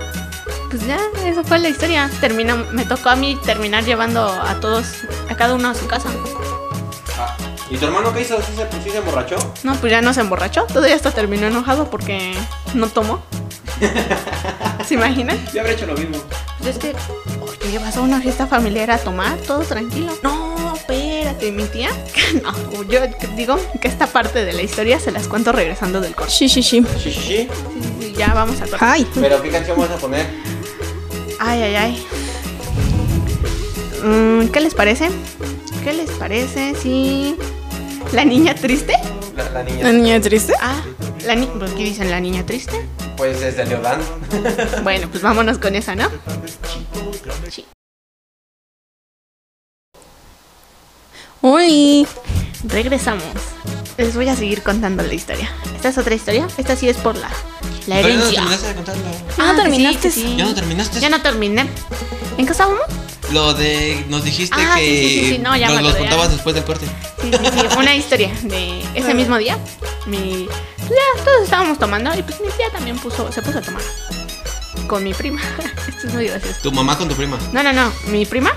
D: Pues ya, esa fue la historia. Termina, me tocó a mí terminar llevando a todos, a cada uno a su casa.
E: ah, ¿y tu hermano qué hizo? ¿Sí se, sí se emborrachó?
D: No, pues ya no se emborrachó. Todavía hasta terminó enojado porque no tomó. ¿Se imaginan?
E: Yo habría hecho lo mismo.
D: Pues es que oh, te llevas a una fiesta familiar a tomar, todo tranquilo. No, espérate, mi tía. No, yo digo que esta parte de la historia se las cuento regresando del corte.
B: Sí, sí, sí.
E: Sí, sí, sí.
D: Y Ya vamos a corte.
B: Ay.
E: Pero ¿qué canción vas a poner?
D: Ay, ay, ay. Mm, ¿Qué les parece? ¿Qué les parece si la niña triste?
E: La, la niña.
B: ¿La niña triste?
D: Ah, la ni ¿por qué dicen la niña triste?
E: Pues desde Leodán.
D: Bueno, pues vámonos con esa, ¿no?
B: Uy.
D: Regresamos. Les voy a seguir contando la historia. Esta es otra historia. Esta sí es por la, la
C: Todavía no
D: herencia.
C: terminaste de contarlo.
B: Ah, terminaste.
D: sí, sí.
C: Ya no terminaste.
D: Ya no terminé. ¿En qué estábamos?
C: Lo de. Nos dijiste
D: Ah,
C: que.
D: sí, sí, sí, sí, no, ya me
C: nos los
D: acordé, ya.
C: contabas después del corte.
D: Sí, sí, sí, fue una historia de ese mismo día. Mi, pues ya todos estábamos tomando y pues mi tía también puso, se puso a tomar con mi prima. Esto es muy gracioso.
C: Tu mamá con tu prima.
D: No, no, no, mi prima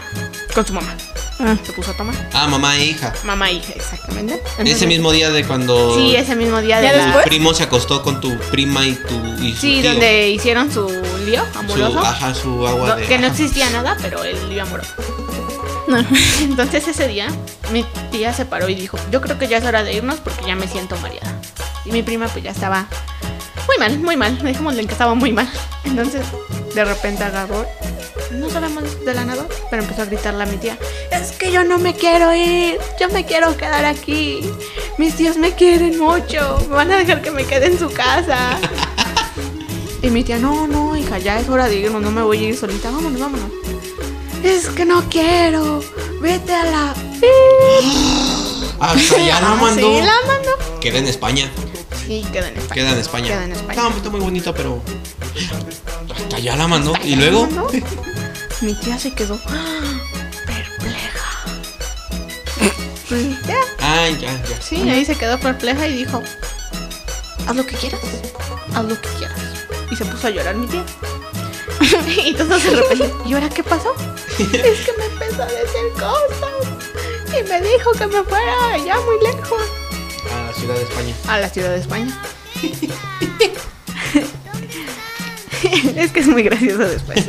D: con su mamá
B: Ah.
D: se puso a tomar.
C: Ah, mamá e hija.
D: Mamá e hija, exactamente.
C: Ese
D: Entonces-
C: mismo día de cuando.
D: Sí, ese mismo día de
B: ¿Ya
D: la-
C: Tu
B: después?
C: primo se acostó con tu prima y tu. Y su
D: Sí,
C: tío.
D: donde hicieron su lío
C: Su,
D: amoroso.
C: ajá, su agua
D: No,
C: de.
D: que no
C: ajá.
D: existía nada, pero el lío amoroso.
B: No.
D: Entonces ese día mi tía se paró y dijo, yo creo que ya es hora de irnos porque ya me siento mareada. Y mi prima pues ya estaba muy mal, muy mal, dejémosle en que estaba muy mal. Entonces de repente agarró, no sabemos de la nada, pero empezó a gritarle a mi tía, es que yo no me quiero ir, yo me quiero quedar aquí, mis tíos me quieren mucho, me van a dejar que me quede en su casa. Y mi tía, no, no, hija, ya es hora de irnos, no me voy a ir solita, vámonos, vámonos. Es que no quiero. Vete a la.
C: Hasta Ah, ya la mandó.
D: Ah, Sí, la mandó.
C: Queda en España.
D: Sí, queda en España.
C: Queda en España.
D: Queda en España.
C: Está, está muy bonito, pero. Hasta allá la mandó. Y luego.
D: ¿No? Mi tía se quedó ah, perpleja. Pues ya,
C: Ah, ya, ya.
D: sí, ahí se quedó perpleja y dijo: Haz lo que quieras, haz lo que quieras. Y se puso a llorar mi tía. y entonces de repente, ¿y ahora qué pasó? es que me empezó a decir cosas. Y me dijo que me fuera allá muy lejos.
C: A la ciudad de España.
D: a la ciudad de España. es que es muy gracioso después.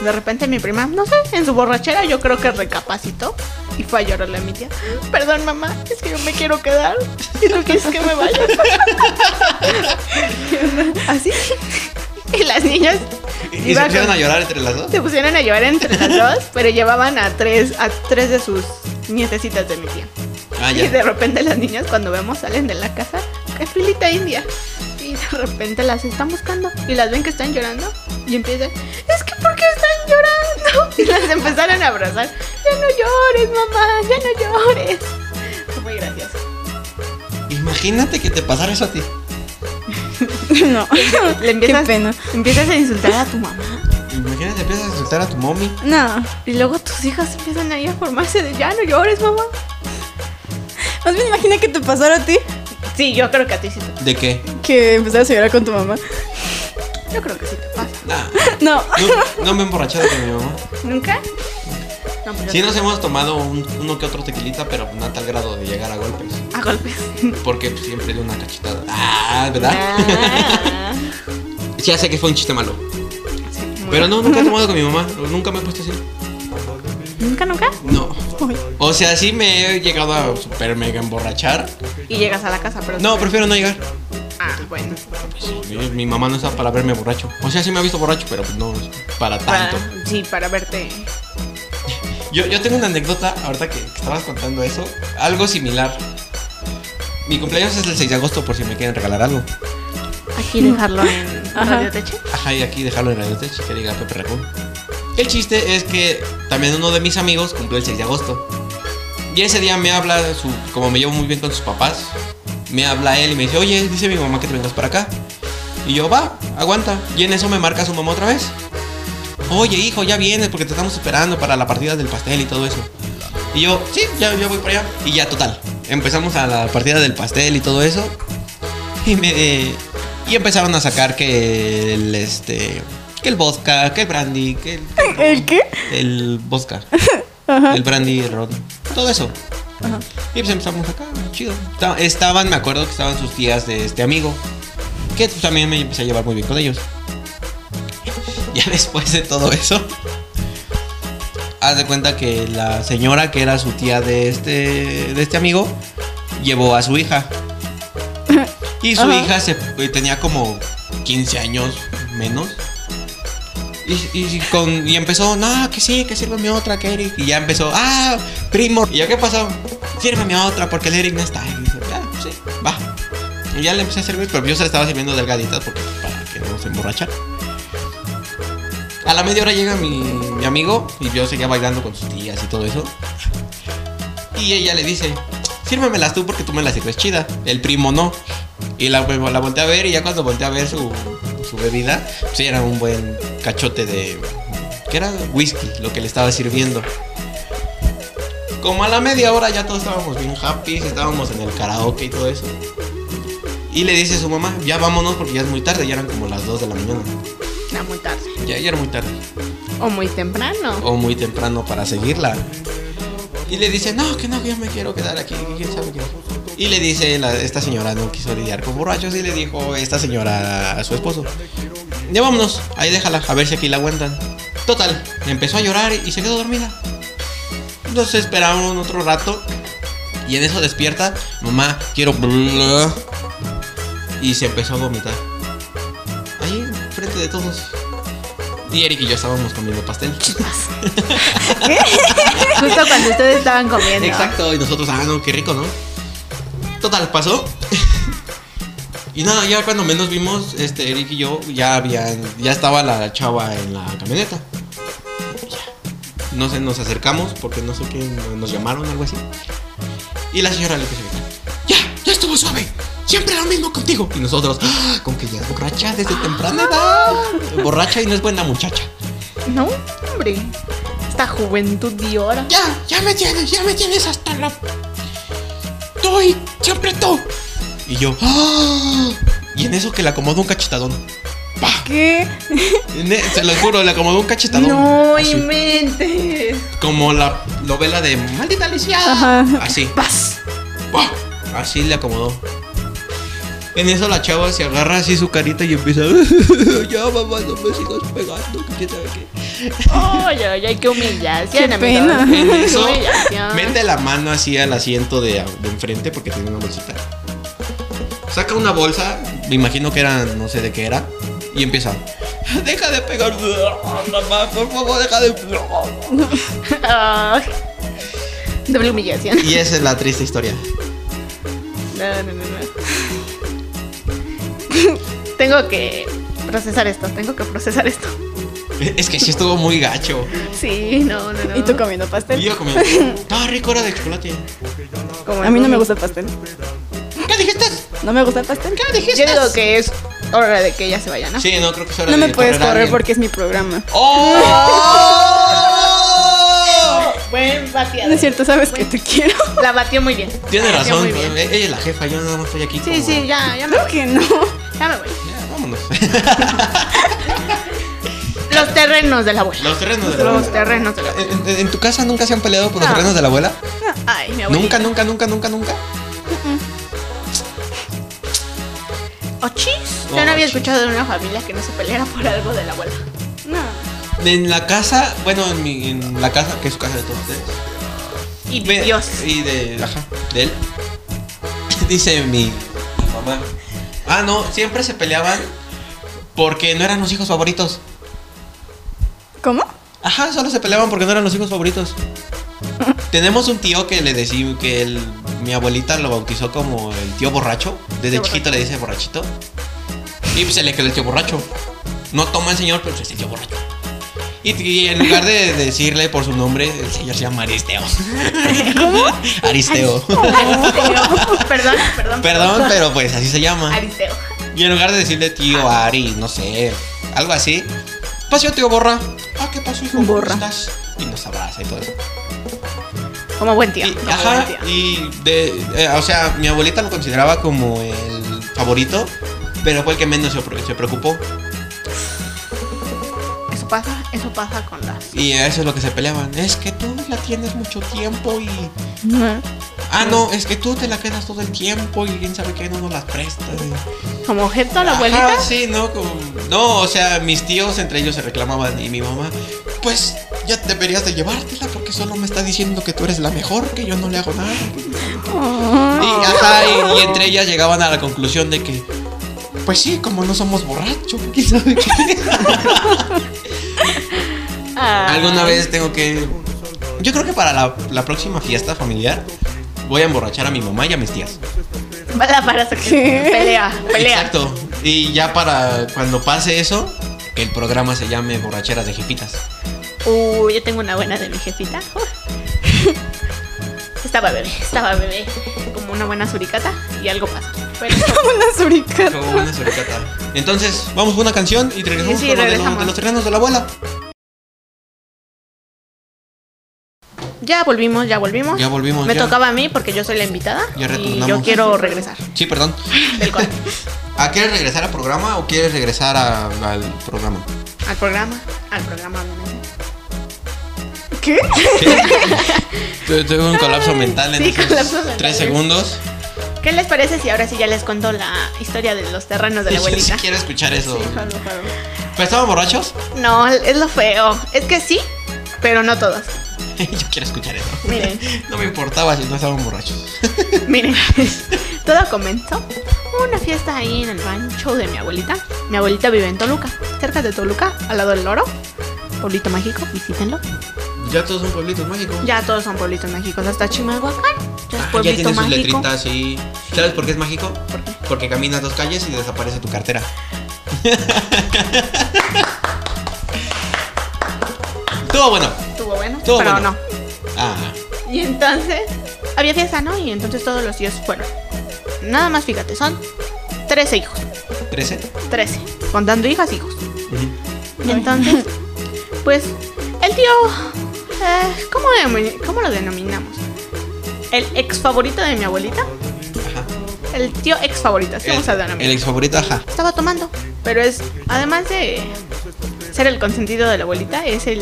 D: De repente mi prima, no sé, en su borrachera yo creo que recapacitó y fue a llorarle a mi tía. Perdón, mamá, es que yo me quiero quedar y tú quieres que me vaya. Así. Y las niñas
C: Y, y se
D: iban
C: pusieron
D: con-
C: a llorar entre las dos.
D: se pusieron a llevar entre las dos, pero llevaban a tres, a tres de sus nietecitas de mi tía.
C: Ah,
D: Y de
C: ya.
D: repente las niñas cuando vemos salen de la casa, ¡qué filita india! Y de repente las están buscando y las ven que están llorando y empiezan, es que ¿por qué están llorando? Y las empezaron a abrazar, ya no llores mamá, ya no llores. Fue muy gracioso.
C: Imagínate que te pasara eso a ti.
B: No.
D: Le empiezas,
B: Qué pena.
D: empiezas a insultar a tu mamá
C: Imagínate, empiezas a insultar a tu mommy.
B: No.
D: y luego tus hijas empiezan ahí a formarse de, ya no llores mamá.
B: Más bien imagina que te pasara a ti
D: Sí, yo creo que a ti sí te
C: ¿De qué?
B: que empezaras a llorar con tu mamá.
D: Yo creo que sí te pasa.
C: Nah,
B: No.
C: no, no me he emborrachado con mi mamá.
D: ¿Nunca? No, pues pero
C: Sí nos hemos tomado un- uno que otro tequilita, pero no a tal grado de llegar a golpes.
D: a golpes.
C: Porque pues, siempre de una cachetada. Ah, ¿verdad?
D: Ah.
C: Ya sé que fue un chiste malo.
D: Sí, muy
C: Pero no, nunca he tomado con mi mamá. Nunca me he puesto así.
D: ¿Nunca, nunca?
C: No. O sea, sí me he llegado a super mega emborrachar.
D: Y llegas a la casa, pero...
C: No, prefiero no llegar.
D: Ah, bueno.
C: Mi, mi mamá no está para verme borracho. O sea, sí me ha visto borracho, pero pues no es para
D: Para,
C: tanto.
D: sí, para verte.
C: Yo, yo tengo una anécdota, ahorita que, que estabas contando eso, algo similar. Mi cumpleaños es el 6 de agosto, por si me quieren regalar algo.
D: Aquí dejarlo en
B: Ajá.
D: Radio Teche.
C: Ajá, y aquí dejarlo en Radio Tech, que diga Pepe Raccoon. El chiste es que también uno de mis amigos cumplió el 6 de agosto. Y ese día me habla, su, como me llevo muy bien con sus papás, me habla él y me dice, oye, dice mi mamá que te vengas para acá. Y yo, va, aguanta. Y en eso me marca su mamá otra vez. Oye, hijo, ya vienes porque te estamos esperando para la partida del pastel y todo eso. Y yo, sí, ya, ya voy para allá. Y ya, total. Empezamos a la partida del pastel y todo eso. Y me. y empezaron a sacar que el este. Que el vodka, que el brandy, que el.
B: ¿El qué?
C: El vodka. El brandy, el ron. Todo eso. Y pues empezamos acá, chido. Esta- Estaban, me acuerdo que estaban sus tías de este amigo. Que pues, también me empecé a llevar muy bien con ellos. Ya después de todo eso. Haz de cuenta que la señora que era su tía de este. de este amigo. Llevó a su hija. Y su
B: Ajá.
C: hija se, eh, tenía como 15 años menos. Y, y con, y empezó, no, que sí, que sírvame otra, que Eric. Y ya empezó, ah, primo. ¿Y ya qué pasó? Sírveme otra porque el Eric no está. Y dice, "Ah, sí, va. Y ya le empecé a servir, pero yo se la estaba sirviendo delgadita porque para que no se emborrachara. A la media hora llega mi, mi amigo y yo seguía bailando con sus tías y todo eso. Y ella le dice, sírvemelas tú porque tú me las sirves chida, el primo no. Y la, la volteé a ver y ya cuando volteé a ver su, su bebida, pues era un buen cachote de... que era whisky lo que le estaba sirviendo. Como a la media hora ya todos estábamos bien happy, estábamos en el karaoke y todo eso. Y le dice su mamá, ya vámonos porque ya es muy tarde, ya eran como las 2 de la mañana.
D: No, muy tarde.
C: Ya, ya era muy tarde
D: O muy temprano.
C: o muy temprano para seguirla. Y le dice, no, que no, que yo me quiero quedar aquí, que quién sabe qué". Y le dice, la- esta señora no quiso lidiar con borrachos y le dijo esta señora a su esposo, ya vámonos, ahí déjala, a ver si aquí la aguantan. Total, empezó a llorar y se quedó dormida. Nos esperaron otro rato y en eso despierta, mamá, quiero... bla". Y se empezó a vomitar. Ahí, frente de todos. Y Eric y yo estábamos comiendo pastel.
D: Justo cuando ustedes estaban comiendo.
C: Exacto, y nosotros, ah, no, qué rico, ¿no? Total, pasó. y nada, ya cuando menos vimos, este, Eric y yo, ya habían, ya estaba la chava en la camioneta. Ya. No sé, nos acercamos porque no sé qué, nos llamaron, algo así. Y la señora le empezó a gritar, ya, ya estuvo suave. Siempre lo mismo contigo. Y nosotros, "Ah, con que ya es borracha desde temprana edad. Borracha y no es buena muchacha.
D: No, hombre. Esta juventud de ahora.
C: Ya, ya me tienes, ya me tienes hasta la. Estoy siempre tú. Y yo. ¡ah! Y en eso que le acomodo un cachetadón. ¡Pah!
B: ¿Qué?
C: En e- Se lo juro, le acomodo un cachetadón.
D: No
C: Así,
D: inventes.
C: Como la novela de Maldita Alicia.
B: Ajá.
C: Así.
D: Paz.
C: ¡pah! Así le acomodó. En eso la chava se agarra así su carita y empieza. ya, mamá, no me sigas pegando. que quién sabe qué".
D: Ay, ay, ay, qué humillación,
B: Qué
D: amigos.
B: pena.
D: Qué
C: En eso,
D: humillación.
C: mete la mano así al asiento de, de enfrente porque tiene una bolsita. Saca una bolsa, me imagino que era, no sé de qué era, y empieza. Deja de pegar, mamá, por favor, deja de.
D: Ay, doble humillación.
C: Y esa es la triste historia.
D: No, no, no, no. Tengo que procesar esto, tengo que procesar esto.
C: Es que sí estuvo muy gacho.
D: Sí, no, no, no.
B: Y tú comiendo
C: Y
B: pastel.
C: yo comiendo. Estaba rico ahora de chocolate.
D: Como
B: A mí no
D: tú.
B: me gusta el pastel.
C: ¿Qué dijiste?
B: No me gusta el pastel.
C: ¿Qué dijiste?
D: Yo digo que es hora de que ella se vaya, ¿no?
C: Sí, no creo que es hora
B: No
C: de
B: me puedes
C: correr a
B: correr
C: alguien.
B: porque es mi programa.
C: ¡Oh!
D: Buen bateado.
B: No es cierto, sabes que te quiero.
D: La batió muy bien.
C: Tiene
D: La batió
C: razón, eh,
D: muy bien.
C: ella es la jefa, yo nada más estoy aquí.
D: Sí,
C: como-
D: sí, ya, ya me
B: Creo
D: voy.
B: que no.
D: Ya me voy.
C: Ya, vámonos.
D: Los terrenos de la abuela.
C: Los terrenos de la
D: Los
C: abuela.
D: terrenos de la abuela.
C: ¿En, en- en tu casa nunca se han peleado por los
D: No.
C: terrenos de la abuela?
D: Ay, mi abuela.
C: Nunca, nunca, nunca, nunca, nunca.
D: ¿Ochis? Yo
C: Oh,
D: no había
C: chis.
D: escuchado de una familia que no se peleara por algo de la abuela.
B: No.
C: En la casa, bueno, en, mi- en la casa, que es su casa de todos ustedes.
D: Y de
C: Ve-
D: Dios.
C: Y de. Ajá, de él. Dice mi mamá. Ah, no, siempre se peleaban porque no eran los hijos favoritos.
B: ¿Cómo?
C: Ajá, solo se peleaban porque no eran los hijos favoritos. Tenemos un tío que le decía que él, mi abuelita lo bautizó como el tío borracho. Desde
D: Tío
C: chiquito le dice borrachito. Y pues se le quedó el tío borracho. No toma el señor, pero es el tío borracho. Y, y en lugar de decirle por su nombre, el señor se llama Aristeo. ¿Cómo? Aristeo.
D: Aristeo. perdón, perdón.
C: Perdón, pero pues así se llama.
D: Aristeo.
C: Y en lugar de decirle tío Ari, no sé, algo así, pasó tío Borra. Ah, ¿qué pasó, hijo? ¿Cómo
B: Borra.
C: estás? Y nos abraza y todo eso.
D: Como buen tío.
C: Y-
D: como
C: ajá,
D: buen tío.
C: y de, eh, o sea, mi abuelita lo consideraba como el favorito, pero fue el que menos se, pre- se preocupó.
D: Eso pasa, eso pasa con las.
C: Y eso es lo que se peleaban. Es que tú la tienes mucho tiempo y. Ah, no, es que tú te la quedas todo el tiempo y quién sabe qué no nos las prestas.
D: Como objeto a la
C: Ajá,
D: abuelita.
C: sí, no, como- no, o sea, mis tíos entre ellos se reclamaban y mi mamá, pues ya deberías de llevártela porque solo me está diciendo que tú eres la mejor, que yo no le hago nada. Y, ajá, y- y entre ellas llegaban a la conclusión de que, pues sí, como no somos borrachos, quién sabe qué.
D: Ah.
C: Alguna vez tengo que, yo creo que para la, la próxima fiesta familiar voy a emborrachar a mi mamá y a mis tías.
D: Bala para sacar.
B: ¿Qué?
D: Pelea, pelea.
C: Exacto. Y ya para cuando pase eso, que el programa se llame Borracheras de Jipitas.
D: Uh, yo tengo una buena de mi jefita. Uh. Estaba bebé, estaba bebé. Como una buena suricata y algo pasó. Pero
B: Como una suricata.
C: Como una suricata. Entonces, vamos con una canción y regresamos
D: Sí, sí,
C: con lo de, lo-
D: regresamos.
C: de los terrenos de la abuela.
D: ya volvimos, ya volvimos.
C: Ya volvimos.
D: ¿Ah? Me
C: ya.
D: tocaba a mí porque yo soy la invitada.
C: Ya
D: y
C: retornamos.
D: yo quiero regresar
C: Sí, perdón.
D: del corte
C: ¿A quieres regresar al programa o quieres regresar a- al programa?
D: al programa, al programa obviamente.
B: ¿Qué?
C: Tu- Tuve un colapso mental en
D: sí,
C: esos
D: colapso mental.
C: tres segundos.
D: ¿Qué les parece si ahora sí ya les cuento la historia de los terrenos de la
C: Yo sí
D: abuelita?
C: quiero escuchar eso. ¿Pero estaban borrachos?
D: No, es lo feo. Es que sí, pero no todos.
C: Yo quiero escuchar eso.
D: Miren.
C: No me importaba si no estaban borrachos.
D: Miren, todo comenzó una fiesta ahí en el rancho de mi abuelita. Mi abuelita vive en Toluca, cerca de Toluca, al lado del Loro. Pueblito mágico, visítenlo.
C: Ya todos son pueblitos mágicos.
D: Ya todos son pueblitos mágicos, hasta Chimalhuacán. Ya es
C: Ah, ya
D: pueblito
C: tiene sus
D: mágico.
C: letritas y. ¿Sabes por qué es mágico? Porque caminas dos calles y desaparece tu cartera. Todo bueno.
D: Estuvo bueno,
C: Estuvo
D: pero
C: bueno.
D: no.
C: Ah,
D: Y entonces había fiesta, ¿no? Y entonces todos los tíos fueron. Nada más fíjate, son 13 hijos.
C: 13.
D: 13. Contando hijas, hijos.
C: Ujú.
D: Y entonces, pues, el tío, eh, ¿cómo, denomi- cómo lo denominamos? El ex favorito de mi abuelita.
C: Ajá.
D: El tío ex favorito, así vamos a
C: El,
D: denominar.
C: ex favorito, ajá.
D: Estaba tomando, pero es, además de ser el consentido de la abuelita, es el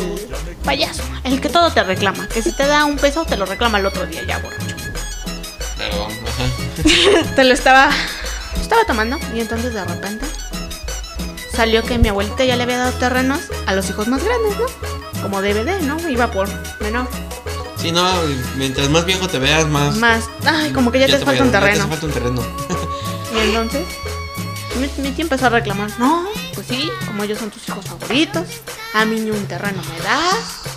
D: payaso, el que todo te reclama. Que si te da un peso, te lo reclama el otro día ya borracho.
C: Pero, ajá.
D: Te lo estaba, estaba tomando y entonces de repente salió que mi abuelita ya le había dado terrenos a los hijos más grandes, ¿no? Como DVD, ¿no? Iba por menor.
C: Sí, no, mientras más viejo te veas, más.
D: Más. Ay, como que Pues, ya, te, falta
C: voy
D: un
C: a- ya te
D: terreno.
C: hace falta un terreno.
D: Y entonces, mi, mi tía empezó a reclamar, no, pues sí, como ellos son tus hijos favoritos, a mí ni un terreno me das.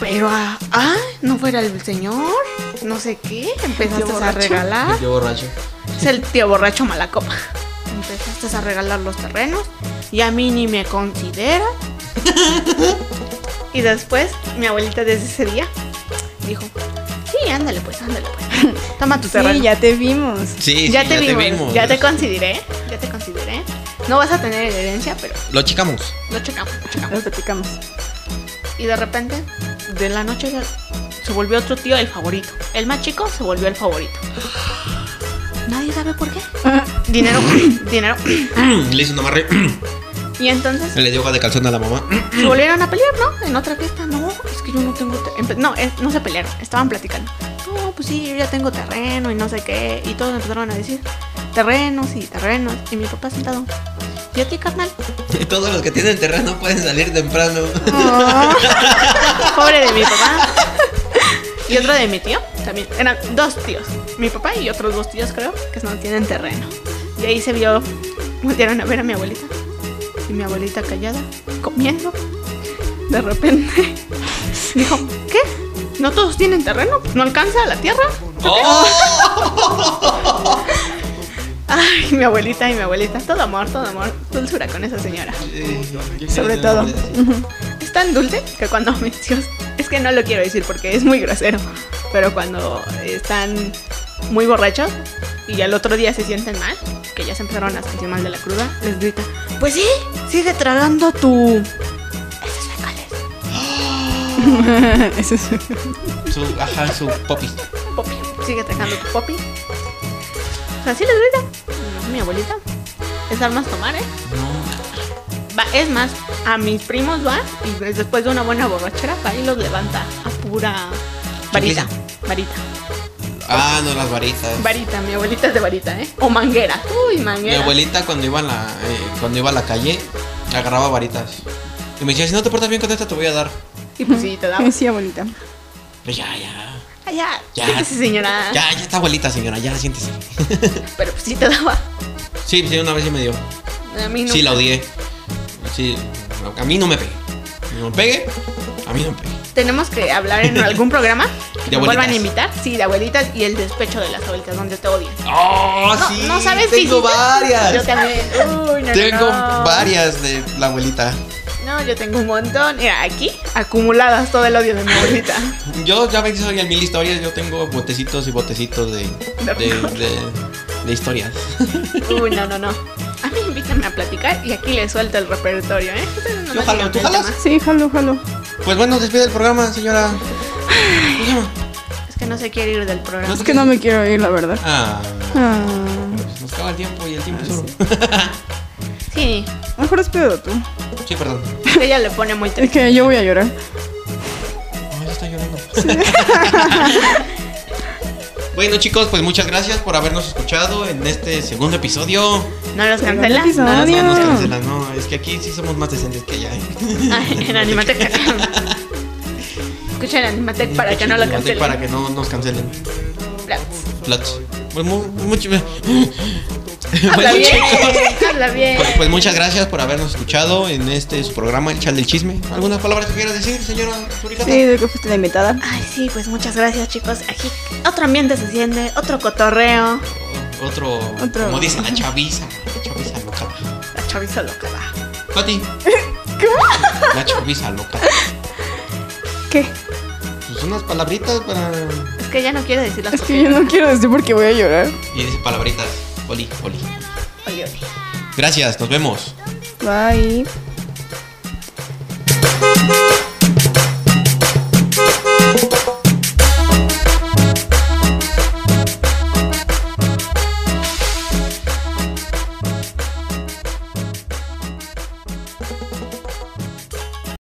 D: Pero, ah, ah, no fuera el señor, no sé qué, empezaste a
B: borracho.
D: regalar.
C: Yo borracho.
D: Es el tío borracho mala copa. Empezaste a regalar los terrenos y a mí ni me considera. y después, mi abuelita desde ese día dijo, sí, ándale pues, ándale pues, toma tu terreno.
B: Sí, ya te vimos.
F: Sí, sí,
D: ya, te, vimos, ya te
F: contamos.
D: consideré, ya te consideré. No vas a tener herencia, pero
F: Lo checamos.
D: lo checamos, lo checamos.
B: Lo platicamos.
D: Y de repente, de la noche ya se volvió otro tío el favorito. El más chico se volvió el favorito. Nadie sabe por qué. Dinero, dinero.
F: Le hizo un amarre.
D: Y entonces
F: Le dio hoja de calzón a la mamá.
D: se volvieron a pelear, ¿no? En otra fiesta, no, es que yo no tengo ter- empe- No, es- no se pelearon, estaban platicando. No, pues sí, yo ya tengo terreno y no sé qué. Y todos empezaron a decir terrenos y terrenos. Y mi papá sentado. ¿Y a ti, carnal?
C: Todos los que tienen terreno pueden salir temprano.
D: Pobre de mi papá. Y otro de mi tío también. Eran dos tíos. Mi papá y otros dos tíos, creo, que no tienen terreno. Y ahí se vio. Volvieron a ver a mi abuelita. Y mi abuelita callada, comiendo. De repente dijo: ¿Qué? ¿No todos tienen terreno? ¿No alcanza la tierra? Ay, mi abuelita y mi abuelita. Todo amor, todo amor. Dulzura con esa señora.
B: Sobre todo.
D: Es tan dulce que cuando mis tíos, es que no lo quiero decir porque es muy grosero, pero cuando están muy borrachos y al otro día se sienten mal, que ya se empezaron a sentir mal de la cruda, les grita, pues sí, sigue tragando tu... Esos fecales,
B: Eso es-
C: Su, ajá, su popi.
D: popi, sigue tragando tu popi. O sea, sí les grita. No, Mi abuelita, es armas tomar, ¿eh? Va, es más, a mis primos va y pues, después de una buena borrachera va y los levanta a pura varita. Varita.
C: Ah, no, las varitas.
D: Varita, mi abuelita es de varita, ¿eh? O manguera. Uy,
C: Mi
D: manguera.
C: abuelita cuando iba a la, eh, cuando iba a la calle, agarraba varitas. Y me decía, si no te portas bien con esta, te voy a dar.
D: Y pues sí, te damos.
B: Sí, abuelita.
C: Pues ya, ya.
D: Ay, ya,
C: Ya.
D: siéntese, señora.
C: Ya, ya está abuelita, señora, ya siéntese.
D: Pero pues sí te daba.
C: sí, sí, una vez sí me dio.
D: A mí no.
C: Sí, la odié. Sí, a mí no me pegué. No me pegué, a mí no me pegué.
D: Tenemos que hablar en algún programa. Que
C: De
D: nos vuelvan a
C: abuelitas.
D: invitar. Sí, de abuelitas y el despecho de las abuelitas, donde te odian.
C: ¡Oh,
D: No,
C: sí!
D: no sabes si.
C: Tengo varias.
D: Yo también. Uy, no, no,
C: Tengo
D: no.
C: varias de la abuelita.
D: No, yo tengo un montón. Mira, aquí, acumuladas todo el odio de mi abuelita.
C: Yo ya ves hoy en mil historias, yo tengo botecitos y botecitos de, de, de- de historias.
D: Uy, no, no, no. A mí invítame a platicar y aquí le suelto el repertorio, ¿eh? Ustedes no
C: Yo
D: me
C: jalo,
D: digan
C: ¿tú
D: el
C: jalas?
D: tema.
B: Sí, jalo, jalo.
C: Pues bueno, despide el programa, señora. ¿Cómo se llama?
D: Es que no se quiere ir del programa.
B: Es que no me quiero ir, la verdad.
C: Ah,
B: Ah,
C: pues nos acaba el tiempo y el tiempo
D: Ah,
C: es oro.
D: Sí,
B: mejor espero tú.
C: Sí, perdón.
D: ella le pone muy
B: Es
D: triste.
B: que yo voy a llorar.
C: Ay, ya está llorando. bueno, chicos, pues muchas gracias por habernos escuchado en este segundo episodio.
D: No los
B: Pero
D: cancela.
B: no
D: No
C: No,
D: los
B: Adiós.
C: no nos cancelan, no. Es que aquí sí somos más decentes que allá. ¿eh?
D: Ay, en Animatec. Escuchen Animatec para que no lo cancelen.
C: Para que no nos cancelen.
D: Plats.
C: Plats. Pues, mu- mucho-
D: Habla
C: Bueno,
D: bien.
C: chicos.
D: Habla bien.
C: Pues, pues muchas gracias por habernos escuchado en este su programa, El Chal del Chisme. ¿Algunas palabras que quieras decir, señora Suricata?
B: Sí, de que fuiste la invitada.
D: Ay, sí, pues muchas gracias, chicos. Aquí otro ambiente se siente, otro cotorreo.
C: O- Otro,
B: Otro.
C: como dice la chaviza, la chaviza loca.
D: La chaviza loca va.
C: Pati. La chaviza loca.
B: ¿Qué?
C: Pues unas palabritas para...
D: Es que ya no quiere decir las
B: Es que yo no quiero decir porque voy a llorar.
C: Y dice palabritas. Oli, oli.
D: Oli, oli.
C: Gracias, nos vemos.
B: Bye.